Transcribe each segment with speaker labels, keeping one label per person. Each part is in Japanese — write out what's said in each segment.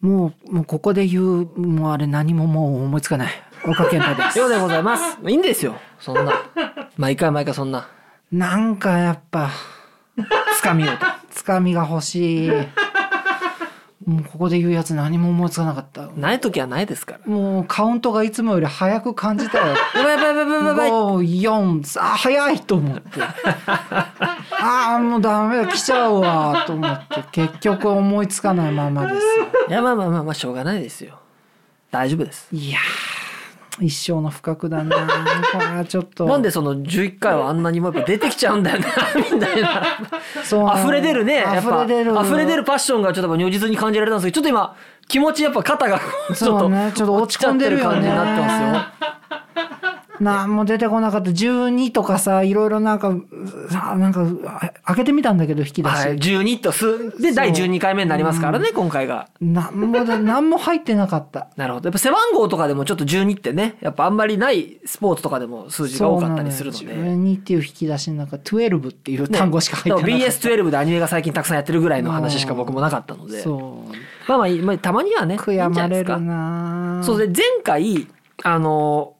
Speaker 1: もう、もうここで言う、もうあれ何ももう思いつかない。岡健太 です。
Speaker 2: ようでございます。いいんですよ。そんな。毎回毎回そんな。
Speaker 1: なんかやっぱ、つかみようと。つかみが欲しい。もうここで言うやつ何も思いつかなかった。
Speaker 2: ない時はないですから。
Speaker 1: もうカウントがいつもより早く感じたよ。
Speaker 2: やばいやばいやばいやばいやばい。
Speaker 1: 5、4、あ、早いと思って。ああ、もうダメだ、来ちゃうわ、と思って。結局思いつかないままです。
Speaker 2: いや、まあまあまあまあ、しょうがないですよ。大丈夫です。
Speaker 1: いやー、一生の不覚だな。これはちょっと。
Speaker 2: なんでその11回はあんなにもやっぱ出てきちゃうんだよな、 みたいな。
Speaker 1: そう
Speaker 2: 溢れ出るね。やっぱ。
Speaker 1: 溢れ出る。
Speaker 2: 溢れ出るパッションがちょっとやっぱ如実に感じられたんですけど、ちょっと今、気持ちやっぱ肩がちょっ
Speaker 1: そう
Speaker 2: と、
Speaker 1: ねちょっと落ち込んでるよね
Speaker 2: 落ちちゃってる感じになってますよ。
Speaker 1: なんも出てこなかった。12とかさ、いろいろなんか、さなんか、あ開けてみたんだけど、引き出し。
Speaker 2: はい、12と数で第12回目になりますからね、今回が。
Speaker 1: なんも で、なんも入ってなかった。
Speaker 2: なるほど。やっぱ背番号とかでもちょっと12ってね、やっぱあんまりないスポーツとかでも数字が多かったりするので。
Speaker 1: そうなよ12っていう引き出しの中、12っていう単語しか入ってなかった。
Speaker 2: BS12 でアニメが最近たくさんやってるぐらいの話しか僕もなかったので。
Speaker 1: そう。
Speaker 2: まあまあいい、まあ、たまにはね、
Speaker 1: 悔やまれ
Speaker 2: いいんじゃ
Speaker 1: る
Speaker 2: な
Speaker 1: な
Speaker 2: いですか。そうで、前回、あの、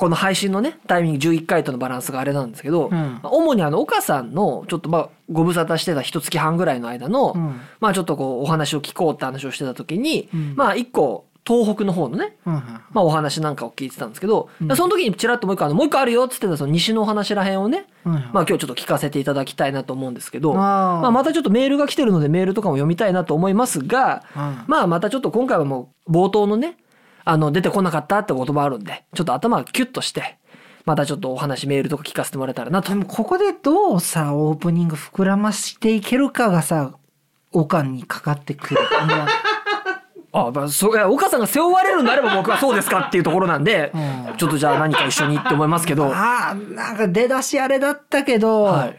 Speaker 2: この配信のね、タイミング11回とのバランスがあれなんですけど、
Speaker 1: うん
Speaker 2: まあ主にあの、岡さんの、ちょっとまあ、ご無沙汰してた一月半ぐらいの間の、
Speaker 1: うん
Speaker 2: まあちょっとこう、お話を聞こうって話をしてた時に、
Speaker 1: うん
Speaker 2: まあ一個、東北の方のね、
Speaker 1: うんうん
Speaker 2: まあ、お話なんかを聞いてたんですけど、
Speaker 1: うん
Speaker 2: その時にちらっともう一個あの、もう一個あるよっつってたその西のお話らへんをね、
Speaker 1: うんうん
Speaker 2: まあ今日ちょっと聞かせていただきたいなと思うんですけ
Speaker 1: あ
Speaker 2: ど、
Speaker 1: ー
Speaker 2: まあまたちょっとメールが来てるのでメールとかも読みたいなと思いますが、
Speaker 1: うん
Speaker 2: まあまたちょっと今回はもう冒頭のね、あの、出てこなかったって言葉あるんで、ちょっと頭がキュッとして、またちょっとお話メールとか聞かせてもらえたらなと
Speaker 1: で。もここでどうさオープニング膨らましていけるかがさおかんにかかってくる
Speaker 2: あ、まあ、そう、いや岡さんが背負われるんであれば僕はそうですかっていうところなんで、
Speaker 1: うん
Speaker 2: ちょっとじゃあ何か一緒にって思いますけど、
Speaker 1: ああなんか出だしあれだったけど、
Speaker 2: はい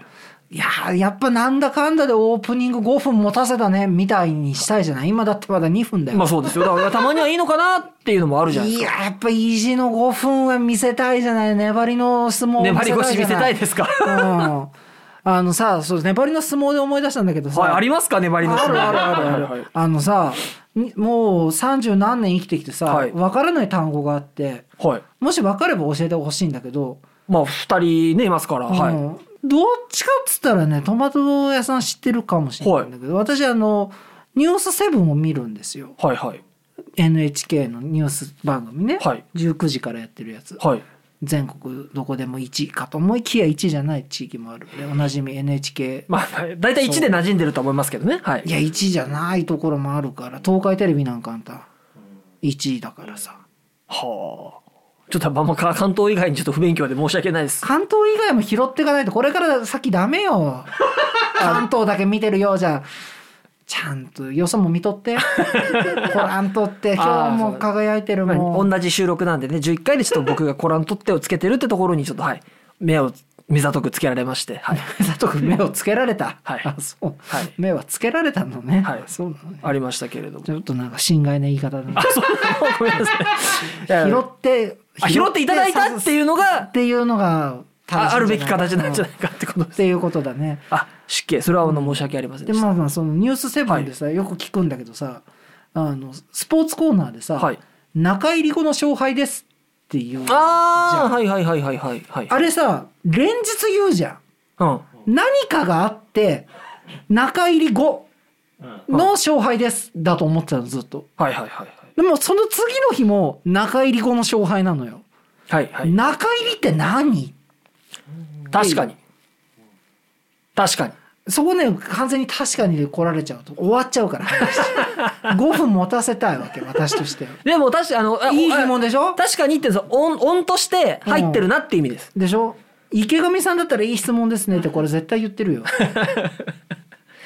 Speaker 1: い、やーやっぱなんだかんだでオープニング5分持たせたねみたいにしたいじゃない今だってまだ2分だよ、
Speaker 2: まあそうですよ。だからたまにはいいのかなっていうのもある
Speaker 1: い
Speaker 2: じゃないですか。
Speaker 1: やーやっぱ意地の5分は見せたいじゃない粘りの相撲を
Speaker 2: 粘り腰見せたい
Speaker 1: す
Speaker 2: ですか。
Speaker 1: うんあのさそう粘りの相撲で思い出したんだけどさ、
Speaker 2: はい、ありますか粘りの
Speaker 1: あ
Speaker 2: 相撲
Speaker 1: るあるあるある。
Speaker 2: はいはい
Speaker 1: あのさ、にもう三十何年生きてきてさ、わ、
Speaker 2: はい
Speaker 1: からない単語があって、
Speaker 2: はい。
Speaker 1: もしわかれば教えてほしいんだけど、
Speaker 2: まあ、二人ね、いますから。は
Speaker 1: あ
Speaker 2: い。
Speaker 1: のどっちかっつったらね、トマト屋さん知ってるかもしれないんだけど、私あの、ニュースセブンを見るんですよ。
Speaker 2: はいはい。
Speaker 1: NHK のニュース番組ね。
Speaker 2: はい
Speaker 1: 19時からやってるやつ。
Speaker 2: はい。
Speaker 1: 全国どこでも1位かと思いきや1位じゃない地域もあるんで、おなじみ NHK
Speaker 2: まあ、大体一で馴染んでると思いますけどね。はい
Speaker 1: い。や1位じゃないところもあるから東海テレビなんかあんた1位だからさ
Speaker 2: はあ。ちょっとまあまあか関東以外にちょっと不勉強で申し訳ないです。
Speaker 1: 関東以外も拾っていかないとこれから先ダメ よ関東だけ見てるようじゃちゃんとよそも見と ってご覧とって今日も輝いてる
Speaker 2: まあ
Speaker 1: もん
Speaker 2: 同じ収録なんでね、11回でちょっ と僕がコラン取ってをつけてるってところにちょっと、はい。目を、目ざとくつけられまして。 はい。
Speaker 1: 佐藤君目をつけられた、
Speaker 2: はい
Speaker 1: あそう、
Speaker 2: はい
Speaker 1: 目はつけられたのね、
Speaker 2: はい
Speaker 1: そうなのね
Speaker 2: ありましたけれども
Speaker 1: ち。ょっとなんか心外な言い方で
Speaker 2: あ、そうごめんなさいいやいや。
Speaker 1: 拾って
Speaker 2: あ拾っていただいたっていうのが
Speaker 1: っていうのが
Speaker 2: ああるべき形なんじゃ
Speaker 1: い
Speaker 2: ないかってこと
Speaker 1: うん
Speaker 2: で
Speaker 1: っ
Speaker 2: す。
Speaker 1: ていうことだね
Speaker 2: あ、失敬。それはあの申し訳ありません
Speaker 1: で
Speaker 2: でした。
Speaker 1: まあまあその「ニュースセブンでさ、よく聞くんだけどさあのスポーツコーナーでさ「
Speaker 2: はい
Speaker 1: 中入り後の勝敗です」っていう
Speaker 2: ああ、
Speaker 1: じゃ
Speaker 2: はいはいはいはいはいはい。
Speaker 1: あれさ連日言うじゃん
Speaker 2: うん。
Speaker 1: 何かがあって中入り後の勝敗ですだと思ってたのずっと
Speaker 2: はいはいはい
Speaker 1: でもその次の日も中入り後の勝敗なのよ、
Speaker 2: はい。はいはい。
Speaker 1: 中入りって何
Speaker 2: 確かに。確かに。
Speaker 1: そこね完全に確かにで来られちゃうと終わっちゃうから 話5分持たせたいわけ私としては
Speaker 2: でも確かあの、あ
Speaker 1: いい疑問でしょ
Speaker 2: あ確かにってその音、音として入ってるなって意味です。
Speaker 1: でしょ池上さんだったらいい質問ですねってこれ絶対言って るよ。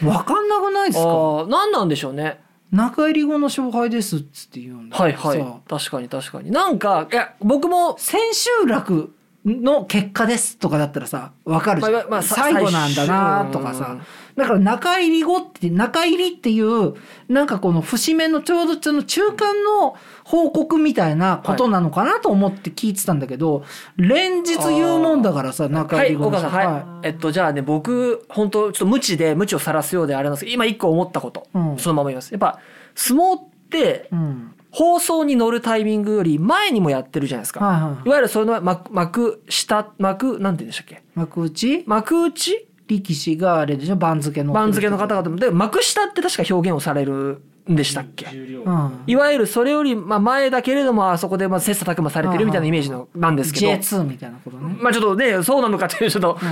Speaker 1: わかんなくないです
Speaker 2: ああ
Speaker 1: か
Speaker 2: ー、何なんでしょうね。
Speaker 1: 中入り後の勝敗ですっつって言うんだ
Speaker 2: は
Speaker 1: か
Speaker 2: い
Speaker 1: らさ
Speaker 2: はい。確かに確かに。なんか、いや、僕も、
Speaker 1: 千秋楽の結果ですとかだったらさ、わかるじゃん、
Speaker 2: まあまあまあさ
Speaker 1: 最後なんだなとか
Speaker 2: 最
Speaker 1: さ
Speaker 2: 終。
Speaker 1: だから中入り後って、中入りっていう、なんかこの節目のちょうどその中間の報告みたいなことなのかなと思って聞いてたんだけど、連日言うもんだからさ、中
Speaker 2: は
Speaker 1: 入り
Speaker 2: い、
Speaker 1: 後の
Speaker 2: 岡さん、
Speaker 1: 勝敗。
Speaker 2: はい。えっと、じゃあね、僕、本当ちょっと無知で、無知を晒すようであれなんですけど、今一個思ったこと、
Speaker 1: うん
Speaker 2: そのまま言います。やっぱ、相撲っって、
Speaker 1: うん。
Speaker 2: 放送に乗るタイミングより前にもやってるじゃないですか。
Speaker 1: はいはい
Speaker 2: いわゆるその幕、幕下、幕、なんて言うんでしたっけ
Speaker 1: 幕内
Speaker 2: 幕内
Speaker 1: 力士があれでしょ番付の。
Speaker 2: 番付の方々も。で、幕下って確か表現をされるんでしたっけ
Speaker 3: 重量
Speaker 1: うん。
Speaker 2: いわゆるそれよりまあ前だけれども、あそこでまあ切磋琢磨されてるみたいなイメージのなんですけど。
Speaker 1: J2 みたいなことね。
Speaker 2: まあちょっとね、そうなのかっていう、ちょっと、
Speaker 1: うん。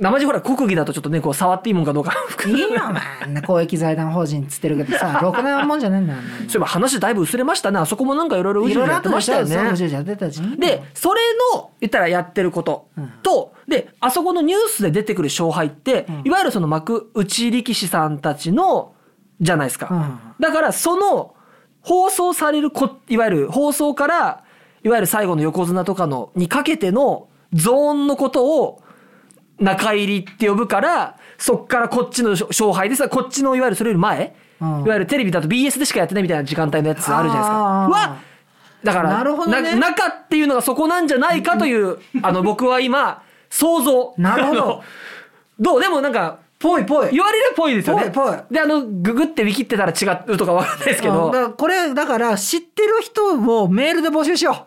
Speaker 2: 生地ほら国技だとちょっとね、こう触っていいもんかどうか。
Speaker 1: 今まあんな公益財団法人っつってるけどさ、ろくなもんじゃねえんだよ。あんなの
Speaker 2: そういえば話だいぶ薄れましたね。あそこもなんかいろいろう
Speaker 1: い
Speaker 2: じ
Speaker 1: ろ
Speaker 2: う
Speaker 1: い
Speaker 2: じ
Speaker 1: ろ
Speaker 2: や
Speaker 1: あ
Speaker 2: っ
Speaker 1: ってて
Speaker 2: ま
Speaker 1: ま
Speaker 2: し
Speaker 1: したた
Speaker 2: よ
Speaker 1: よね。そう
Speaker 2: ね。
Speaker 1: じゃ出たじゃん
Speaker 2: で、それの、言ったらやってること
Speaker 1: うん
Speaker 2: と、で、あそこのニュースで出てくる勝敗って、
Speaker 1: うん
Speaker 2: いわゆるその幕内力士さんたちの、じゃないですか。
Speaker 1: うん
Speaker 2: だからその放送されるこいわゆる放送からいわゆる最後の横綱とかのにかけてのゾーンのことを中入りって呼ぶからそっからこっちの勝勝敗ですこっちのいわゆるそれより前、
Speaker 1: うん
Speaker 2: いわゆるテレビだと BS でしかやってないみたいな時間帯のやつあるじゃないですか。
Speaker 1: あー
Speaker 2: はだから
Speaker 1: なるほどね
Speaker 2: な中っていうのがそこなんじゃないか というあの僕は今想像
Speaker 1: なるほど
Speaker 2: あの どうでもなんか
Speaker 1: ぽいぽい。
Speaker 2: 言われるっぽいですよね。
Speaker 1: ぽいぽい
Speaker 2: で、あの、ググってウィキってたら違うとかわかんないですけ
Speaker 1: うん
Speaker 2: ど
Speaker 1: だか。らこれ、だから、知ってる人をメールで募集しよ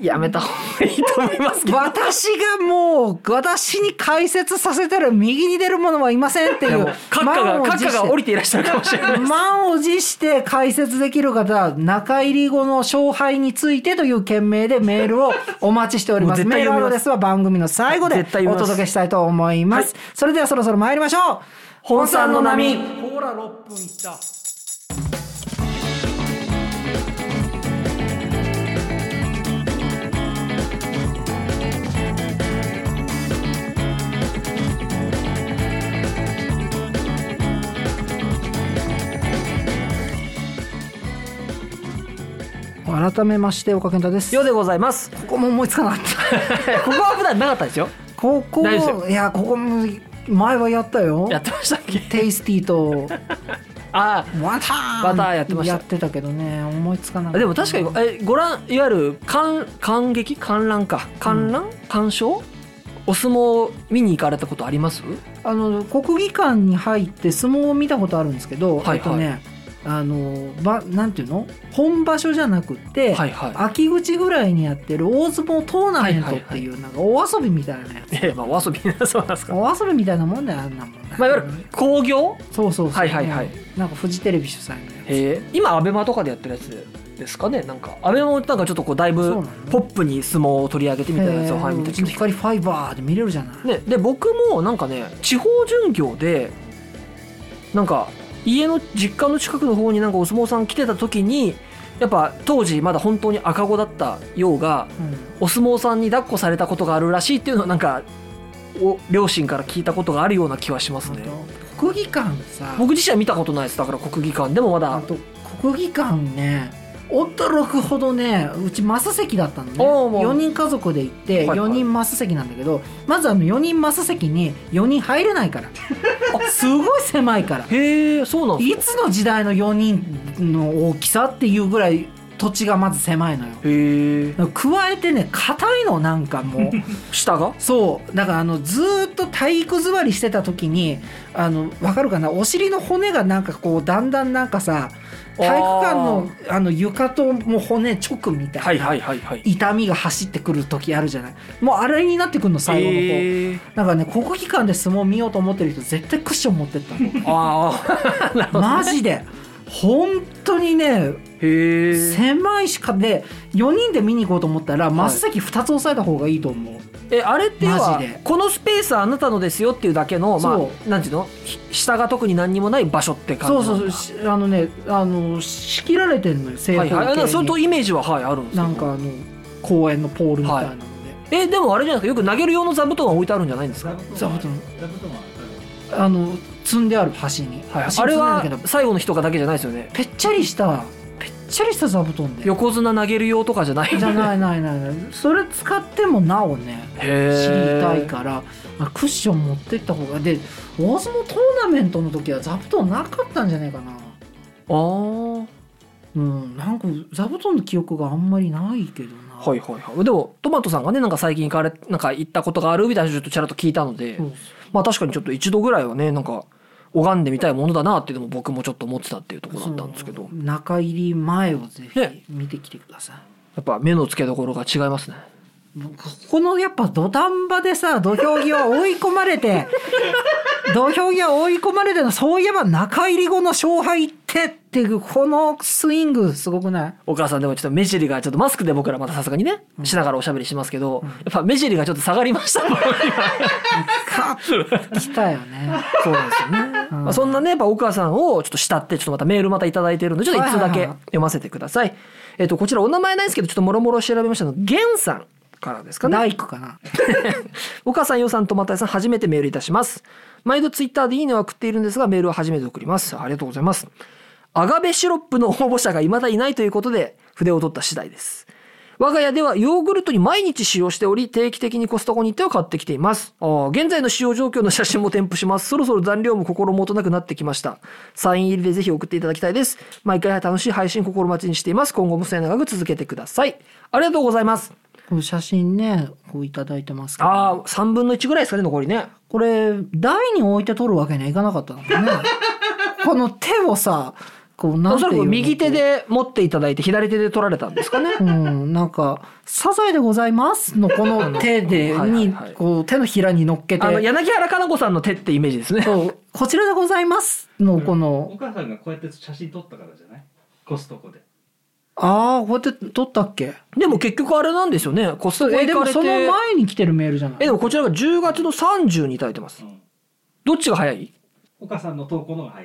Speaker 2: やめた方がいいと思いますけ
Speaker 1: う。
Speaker 2: ど。
Speaker 1: 私がもう、私に解説させてる右に出る者はいませんってい
Speaker 2: も
Speaker 1: う
Speaker 2: う。閣下が、閣下が降り
Speaker 1: て。
Speaker 2: ていらっしゃるかもしれ ない。
Speaker 1: 満を持して解説できる方は、中入り後の勝敗についてという件名でメールをお待ちしております。
Speaker 2: もう絶対
Speaker 1: メール
Speaker 2: 読
Speaker 1: ア
Speaker 2: みます
Speaker 1: ドレスは番組の最後で
Speaker 2: 絶対
Speaker 1: お
Speaker 2: 読みます
Speaker 1: 届けしたいと思います。それではそろそろ参りましょう。
Speaker 2: 本山の波。
Speaker 3: ほら6分いった
Speaker 1: 改めまして、岡健太です。
Speaker 2: よでございます。こ
Speaker 1: ここも思いつかなかった。
Speaker 2: こは普段なかったですよ。
Speaker 1: ここ
Speaker 2: 大丈夫
Speaker 1: いやここも前はやったよ
Speaker 2: やってましたっけ
Speaker 1: テイスティーと
Speaker 2: あ
Speaker 1: ワターン
Speaker 2: ワターンやってました
Speaker 1: やってたけどね思いつかなかっ
Speaker 2: あ。
Speaker 1: た
Speaker 2: でも確かに、え、ご覧、いわゆる、観、観劇観覧か。観覧鑑賞お相撲見に行かれたことあります
Speaker 1: あの国技館に入って相撲を見たことあるんですけど、
Speaker 2: はいはい
Speaker 1: えっとねあのばなんていうの本場所じゃなくて、
Speaker 2: はいは
Speaker 1: 秋口ぐらいにやってる大相撲トーナメントっていう、なんかお遊びみたいなや
Speaker 2: い。い や、まあお遊びなそうなんです
Speaker 1: つ
Speaker 2: か。
Speaker 1: お遊びみたいなもんだよあんなもん
Speaker 2: まあいわゆる、興行
Speaker 1: そうそうそう
Speaker 2: はいはいはい
Speaker 1: なんかフジテレビ主催のやつ
Speaker 2: へえ今アベマとかでやってるやつですかねなんかアベマもなんかちょっとこうだい
Speaker 1: そう
Speaker 2: ぶ
Speaker 1: なの
Speaker 2: ポップに相撲を取り上げてみたいなやつをはい見た
Speaker 1: えーうちの光ファイバーで見れるじゃない
Speaker 2: ねで僕もなんかね地方巡業でなんか家の実家の近くの方になんかお相撲さん来てた時にやっぱ当時まだ本当に赤子だったようが
Speaker 1: うん
Speaker 2: お相撲さんに抱っこされたことがあるらしいっていうのはなんかお両親から聞いたことがあるような気はしますね
Speaker 1: 国技館さ
Speaker 2: 僕自身は見たことないですだから国技館でもま
Speaker 1: あ
Speaker 2: だ
Speaker 1: と国技館ね驚くほどねうちマス席だったのね
Speaker 2: おうおう
Speaker 1: 4人家族で行って
Speaker 2: はいはい
Speaker 1: 4人マス席なんだけど、まずあの4人マス席に4人入れないからすごい狭いから
Speaker 2: へえそうなんです
Speaker 1: い
Speaker 2: か
Speaker 1: つの時代の4人の大きさっていうぐらい土地がまず狭 いのよ
Speaker 2: へえ
Speaker 1: 加えてね硬いのなんかもう
Speaker 2: 下が
Speaker 1: そうだからあのずーっと体育座りしてた時にあのわかるかなお尻の骨がなんかこうだんだんなんかさ体育館のあの床ともう骨直みたいな、
Speaker 2: はいはいはいはい。
Speaker 1: 痛みが走ってくる時あるじゃないもうあれになってくるの最後の方、
Speaker 2: えー
Speaker 1: なんかね国技館で相撲見ようと思ってる人絶対クッション持ってった の
Speaker 2: あ
Speaker 1: マジで本当にね
Speaker 2: あ。へえ。
Speaker 1: 狭いしかで4人で見に行こうと思ったら真っ先2つ押さえた方がいいと思う、
Speaker 2: え、あれっていうのは
Speaker 1: マジで
Speaker 2: このスペースはあなたのですよっていうだけの、ま
Speaker 1: そ
Speaker 2: あ、なんていうのひ下が特に何にもない場所って感じ
Speaker 1: そ
Speaker 2: な
Speaker 1: うんそう
Speaker 2: だ。
Speaker 1: そうしあのねあの仕切られてんのよ正方
Speaker 2: はい
Speaker 1: 形に、
Speaker 2: はい。あだからそれとイメージは、はい、あるんですけど
Speaker 1: なんかあの公園のポールみたいなので、
Speaker 2: え、でもあれじゃないですか。よく投げる用の座布団が置いてあるんじゃないんですか。
Speaker 3: 座
Speaker 2: はい
Speaker 3: 布
Speaker 1: 座
Speaker 3: 団
Speaker 1: 布団
Speaker 3: 座布団は
Speaker 1: あの積んである端に、端
Speaker 2: あ
Speaker 1: に積
Speaker 2: れ
Speaker 1: んであ
Speaker 2: は
Speaker 1: るけど
Speaker 2: 最後の人がだけじゃないですよね。
Speaker 1: ぺっちゃりしたぺっちゃりした座布団で
Speaker 2: 横綱投げる用とかじゃない。
Speaker 1: じゃないないないないそれ使ってもなおね知り
Speaker 2: へえ。
Speaker 1: たいからあクッション持ってった方がで大相撲トーナメントの時は座布団なかったんじゃないかな
Speaker 2: ああ。
Speaker 1: うんなんか座布団の記憶があんまりないけどな
Speaker 2: はいはいはい。でも、トマトさんがね、なんか最近行かれ、なんか行ったことがあるみたいなちょっとちらっと聞いたので。
Speaker 1: そう
Speaker 2: まあ確かにちょっと一度ぐらいはねなんか拝んでみたいものだなっていうのも僕もちょっと思ってたっていうところだったんですけど
Speaker 1: その中入り前をぜ
Speaker 2: ね
Speaker 1: ひ見てきてください、
Speaker 2: やっぱ目の付けどころが違いますね
Speaker 1: ここのやっぱ土壇場でさ土俵際追い込まれ て土俵際追い込まれてのそういえば中入り後の勝敗ってっていうこのスイングすごくない
Speaker 2: お母さんでもちょっと目尻がちょっとマスクで僕らまたさすがにねしながらおしゃべりしますけど、やっぱ目尻がちょっと下がりましたもん
Speaker 1: カッときたよね
Speaker 2: そうなんですよね。
Speaker 1: うん
Speaker 2: まあ、そんなね、やっぱお母さんをちょっと慕って、ちょっとまたメールまたいただいてるので、ちょっと一通だ
Speaker 1: はいは
Speaker 2: け
Speaker 1: いはい
Speaker 2: 読ませてください。えっと、こちらお名前ないんですけど、ちょっともろもろ調べましたので、ゲンさんからですかね。
Speaker 1: 大工かな
Speaker 2: お母さん、よさん、とまたやさん、初めてメールいたします。毎度ツイッターでいいねは送っているんですが、メールは初めて送ります。ありがとうございます。アガベシロップの応募者が未だいないということで、筆を取った次第です。我が家ではヨーグルトに毎日使用しており、定期的にコストコに行っては買ってきています。あー現在の使用状況の写真も添付します。そろそろ残量も心もとなくなってきました。サイン入りでぜひ送っていただきたいです。毎回楽しい配信心待ちにしています。今後も末永く続けてください。ありがとうございます。
Speaker 1: この写真ねこういただいてますけど
Speaker 2: ああ、3分の1ぐらいですかね、残りね。
Speaker 1: これ台に置いて撮るわけにはいかなかったの かねこの手をさこうなん
Speaker 2: お
Speaker 1: て
Speaker 2: そ
Speaker 1: い
Speaker 2: ら
Speaker 1: うの
Speaker 2: く右手で持っていただいて左手で取られたんです かね。
Speaker 1: うん、なんか「サザエでございます」のこの手で
Speaker 2: はいはい
Speaker 1: に
Speaker 2: はい
Speaker 1: こう手のひらに乗っけ
Speaker 2: あの
Speaker 1: て
Speaker 2: 柳原加奈子さんの手ってイメージで
Speaker 1: 「
Speaker 2: すね。
Speaker 1: そうこちらでございます」のこ
Speaker 4: お
Speaker 1: の
Speaker 4: 母さんがこうやって写真撮ったからじゃないコストコで
Speaker 1: 「ああこうやって撮ったっけ?
Speaker 2: でも結局あれなんですよね。コス」トコ
Speaker 1: えで
Speaker 2: 行か
Speaker 1: も
Speaker 2: れ
Speaker 1: その
Speaker 2: て。
Speaker 1: 前に来てるメールじゃな
Speaker 2: え
Speaker 1: い
Speaker 2: でもこちらが10月の30にいただいてます
Speaker 4: う。ん
Speaker 2: どっちが早い？
Speaker 4: お母さんの投稿の方が早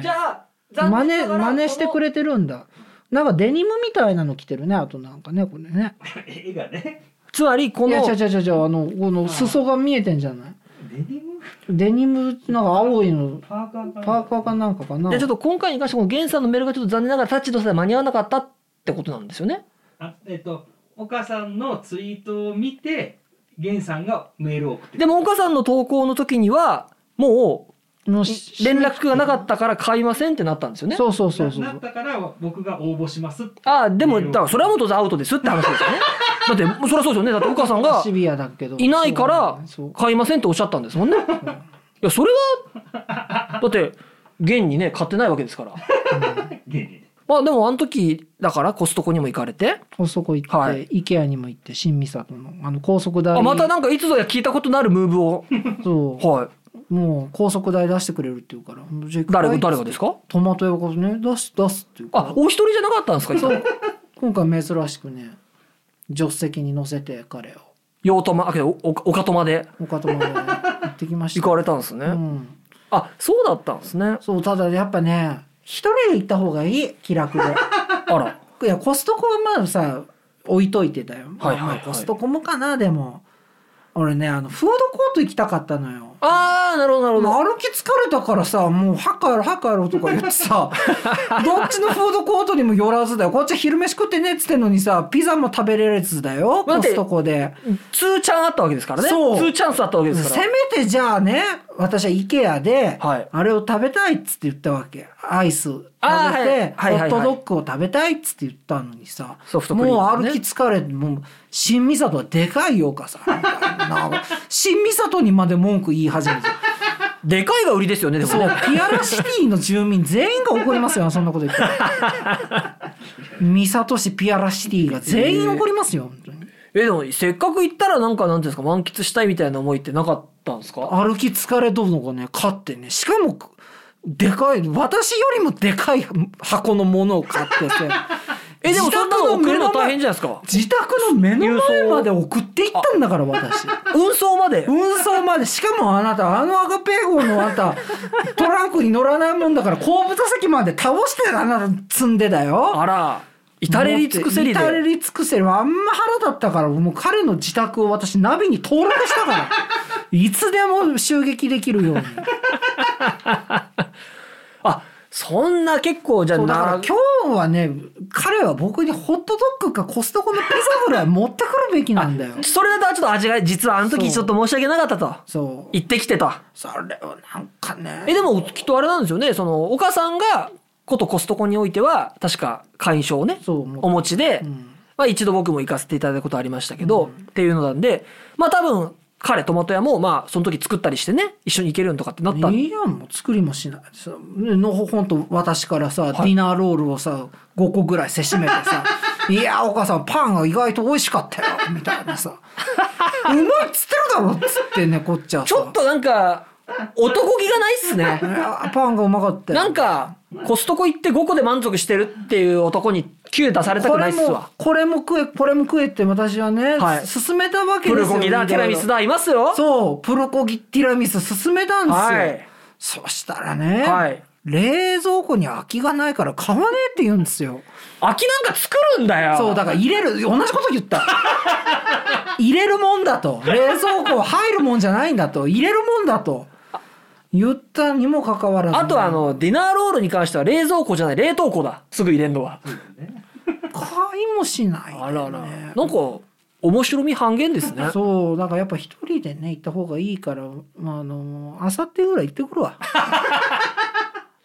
Speaker 1: は
Speaker 4: い
Speaker 1: い
Speaker 2: ゃあ
Speaker 1: 真似真似してく
Speaker 2: れ。
Speaker 1: れてるんだなんかデニムみたいなの着てるねあとなんかねこれね
Speaker 4: 絵がね
Speaker 2: つまりこ
Speaker 1: いや
Speaker 2: の
Speaker 1: 違う違う違うあのこの裾が見えてんじゃない
Speaker 4: デニム
Speaker 1: デニムなんか青いの
Speaker 4: パーカーかな
Speaker 1: パーカーかなんかかな
Speaker 2: でちょっと今回に関してこの源さんのメールがちょっと残念ながらタッチとさえ間に合わなかったってことなんですよね。
Speaker 4: あえっ、とお母さんのツイートを見て源さんがメールを送って
Speaker 2: でも岡さんの投稿の時にはも
Speaker 1: の
Speaker 2: う連絡がなかったから買いませんってなったんですよね。
Speaker 1: そうそうそうそう
Speaker 4: ななったから僕が応募しますって
Speaker 2: ああ、でも、
Speaker 4: メール
Speaker 2: だか
Speaker 4: を
Speaker 2: ら、それはもう当然アウトですって話です よね。だって、もうそりゃそうですよね。だって、岡さんが
Speaker 1: シ、ビアだけど
Speaker 2: いないから
Speaker 1: そう、
Speaker 2: 買いませんっておっしゃったんですもんね。いや、それは、だって、現にね、買ってないわけですから。
Speaker 4: 源に
Speaker 2: まあ、でも、あの時、だから、コストコにも行かれて、
Speaker 1: 高速行って、
Speaker 2: は
Speaker 1: IKEA にも行って新三郷のあの高速台
Speaker 2: あまたなんか、いつぞや聞いたことのあるムーブを、
Speaker 1: そ
Speaker 2: は
Speaker 1: うもう高速台出してくれるっていうからじゃあ
Speaker 2: い。誰が、誰がですか
Speaker 1: トマト屋がね出す出すっていうから
Speaker 2: あ、お一人じゃなかったんですか、いつも
Speaker 1: そう今回珍しくね助手席に乗せて彼を
Speaker 2: 用途ま、あ、けど、おおかとまで
Speaker 1: 岡友で行ってきました
Speaker 2: 行かれたんです
Speaker 1: う
Speaker 2: ね。
Speaker 1: ん
Speaker 2: あ、そうだったんですね。
Speaker 1: そうただやっぱね一人で行った方がいい気楽で
Speaker 2: あら。
Speaker 1: いやコストコはまあさ置いといてたよ、
Speaker 2: はいはいはい
Speaker 1: まあコストコもかなでも俺ねあのフードコート行きたかったのよ
Speaker 2: あー、なるほど、なるほど。
Speaker 1: 歩き疲れたからさもう「はかやろはかやろ」とか言って さどっちのフードコートにもよらずだよこっちは昼飯食ってねっつってんのにさピザも食べれるやつだよ
Speaker 2: 待っ
Speaker 1: コ
Speaker 2: て
Speaker 1: ストコで
Speaker 2: 2チャンあったわけですからね。
Speaker 1: そう
Speaker 2: 2チャンスあったわけですか
Speaker 1: せ
Speaker 2: ら。
Speaker 1: めてじゃあね私は IKEA で、
Speaker 2: はい
Speaker 1: あれを食べたいっつって言ったわけアイス食べて、
Speaker 2: あーはいはいはいはい
Speaker 1: ホットドッグを食べたいっつって言ったのにさ
Speaker 2: ソフトクリームね
Speaker 1: もう歩き疲れてもう新三郷はでかいようかさなんか新三郷にまで文句言い始めて。
Speaker 2: でかいが売りですよね、でも
Speaker 1: そう、
Speaker 2: ね。
Speaker 1: ピアラシティの住民全員が怒りますよ、そんなこと言ったら。三郷市ピアラシティが全員怒りますよ、本当に。
Speaker 2: え、でも、せっかく行ったらなんか、なんていうんですか、満喫したいみたいな思いってなかったんですか
Speaker 1: 歩き疲れどうのがね、買ってね、しかも、でかい、私よりもでかい箱のものを買ってて。
Speaker 2: え、でもそんなの送るの大変じ
Speaker 1: ゃ
Speaker 2: ゃないですか。
Speaker 1: 自宅の目の前まで送っていったんだから、私。
Speaker 2: 運送まで。
Speaker 1: 運送まで、しかもあなた、あの赤ペー号のあなた、トランクに乗らないもんだから、後部座席まで倒してあなた積んでだよ。
Speaker 2: あら、至れり尽くせりで。
Speaker 1: 至れり尽くせりあんま腹立ったからもう彼の自宅を私ナビに登録したから いつでも襲撃できるように
Speaker 2: あ、そんな結構、じゃあ、
Speaker 1: そうだから
Speaker 2: な
Speaker 1: 今、日はね彼は僕にホットドッグかコストコのピザぐらい持ってくるべきなんだよ
Speaker 2: それだとはちょっと味が、実はあの時ちょっと申し訳なかったと。
Speaker 1: そう
Speaker 2: 行ってきてと。
Speaker 1: それをなんか
Speaker 2: え、
Speaker 1: ね
Speaker 2: でも、きっとあれなんですよね、その、お母さんが、ことコストコにおいては、確か、会員証をね、
Speaker 1: そう思った
Speaker 2: お持ちで、
Speaker 1: うん
Speaker 2: まあ、一度僕も行かせていただいたことありましたけど、っていうのなんでまあ多分彼トマト屋もまあその時作ったりしてね一緒に行けるんとかってなったん
Speaker 1: ミ
Speaker 2: で
Speaker 1: リアンも作りもしないさのほほんと私からさ、ディナーロールをさ5個ぐらいせしめて さ「いやお母さんパンが意外と美味しかったよ」みたいな さ「うまいっつってるだろ」っつってねこっちはさ
Speaker 2: ちょっとなんか男気がないっすね
Speaker 1: いやパンがうまかったよ
Speaker 2: なんかコストコ行って5個で満足してるっていう男に9出された
Speaker 1: こ
Speaker 2: くない
Speaker 1: れ
Speaker 2: っす
Speaker 1: も
Speaker 2: わ
Speaker 1: これも食えこれも食えって私はね、
Speaker 2: はい
Speaker 1: 勧めたわけ
Speaker 2: プ
Speaker 1: です
Speaker 2: ル
Speaker 1: よ
Speaker 2: コギだティラミスだいますよ
Speaker 1: そうプルコギティラミス勧めたんですよ、
Speaker 2: はい
Speaker 1: そしたらね、
Speaker 2: はい
Speaker 1: 冷蔵庫に空きがないから買わねえって言うんですよ
Speaker 2: 空きなんか作るんだよ
Speaker 1: そうだから入れる同じこと言った 入れるもんだと冷蔵庫は入るもんじゃないんだと入れるもんだと言ったにもかかわらずね、
Speaker 2: あとはあのディナーロールに関しては冷蔵庫じゃない冷凍庫だすぐ入れんのは
Speaker 1: 買いもしない、ね、
Speaker 2: なんか面白み半減です ね
Speaker 1: そうだからやっぱ一人でね行った方がいいからあのあさってぐらい行ってくる わ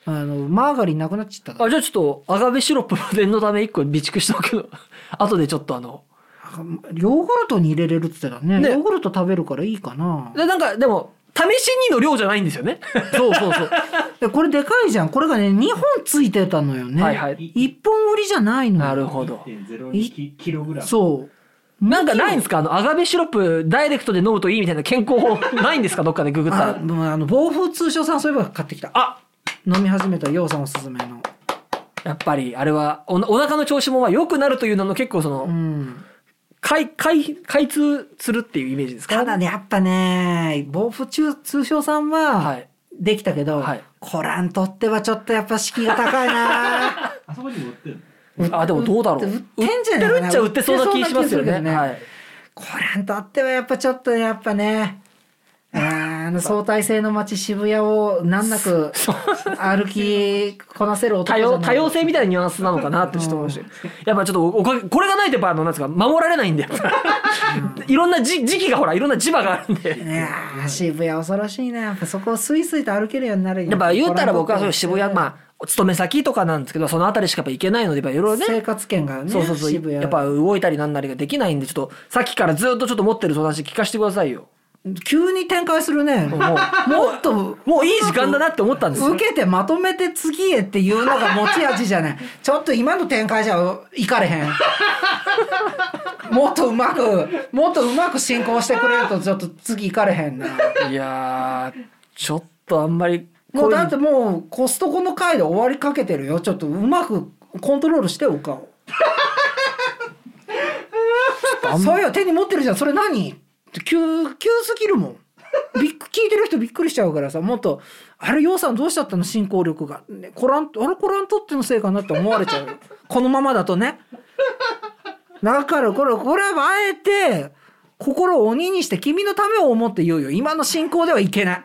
Speaker 1: あのマーガリンなくなっちゃったから
Speaker 2: あじゃあちょっとアガベシロップの念のため一個備蓄しておくの 後でちょっとあの
Speaker 1: ヨーグルトに入れれるっつってたね
Speaker 2: ね
Speaker 1: ヨーグルト食べるからいいかな
Speaker 2: でなんかでも試しにの量じゃないんですよね
Speaker 1: そうそうそうでこれでかいじゃんこれがね2本ついてたのよね、
Speaker 2: はいはい
Speaker 1: 1本売りじゃないのよ
Speaker 2: なるほど
Speaker 4: 1.02キキログラム。
Speaker 1: そう
Speaker 2: なんかないんですかあのアガベシロップダイレクトで飲むといいみたいな健康法ないんですかどっかでググった
Speaker 1: あ
Speaker 2: ら
Speaker 1: もうあの暴風通商さんそういえば買ってきた
Speaker 2: あ
Speaker 1: 飲み始めたようさんおすすめの
Speaker 2: やっぱりあれはおお腹の調子もまあ良くなるというのの結構その、
Speaker 1: うん
Speaker 2: 開開開通するっていうイメージですか
Speaker 1: ただねやっぱね暴風中通商さん
Speaker 2: は
Speaker 1: はいできたけど、
Speaker 2: はい
Speaker 1: コランとってはちょっとやっぱ敷居が高いな
Speaker 4: あそこにも売ってるの
Speaker 2: あでもどうだろう
Speaker 1: 売ってんじゃない
Speaker 2: 売ってるっちゃ売ってそうな気し
Speaker 1: 売ってそうな
Speaker 2: ますよね
Speaker 1: 気するけどね
Speaker 2: はい
Speaker 1: コランとってはやっぱちょっとやっぱねあーあの相対性の街渋谷を難なく歩きこなせる男
Speaker 2: 多
Speaker 1: じゃな
Speaker 2: 様
Speaker 1: い
Speaker 2: 多様性みたいなニュアンスなのかなってちょっと思いましたやっぱちょっとおかげこれがないとやっぱあのなんですか守られない んでいろんなじ時期がほらいろんな磁場があるん
Speaker 1: い
Speaker 2: で
Speaker 1: やー渋谷恐ろしいなやっぱそこをスイスイと歩けるようになる
Speaker 2: やっぱ言ったら僕はそういう渋谷
Speaker 1: あ
Speaker 2: まあお勤め先とかなんですけどその辺りしかやっぱ行けないのでやっぱいろいろ
Speaker 1: 生
Speaker 2: ね
Speaker 1: 活圏がね
Speaker 2: そうそうそう
Speaker 1: 渋谷
Speaker 2: やっぱ動いたりなんなりができないんでちょっとさっきからずっとちょっと持ってる相談して聞かせてくださいよ
Speaker 1: 急に展開するね
Speaker 2: も
Speaker 1: もっと
Speaker 2: うもういい時間だなって思ったんですよ
Speaker 1: 受けてまとめて次へっていうのが持ち味じゃ ないちょっと今の展開じゃいかれへんもっとうまくもっとうまく進行してくれるとちょっと次いかれへんない
Speaker 2: やーちょっとあんまり
Speaker 1: もうだってもうコストコの回で終わりかけてるよちょっとうまくコントロールしておかをそういや手に持ってるじゃんそれ何急急すぎるもんびっく聞いてる人びっくりしちゃうからさもっと「あれようさんどうしちゃったの進行力が、ね、コランあれコラントってのせいかな」って思われちゃうよこのままだとねだからこれこれはあえて心を鬼にして君のためを思って言うよ今の進行ではいけない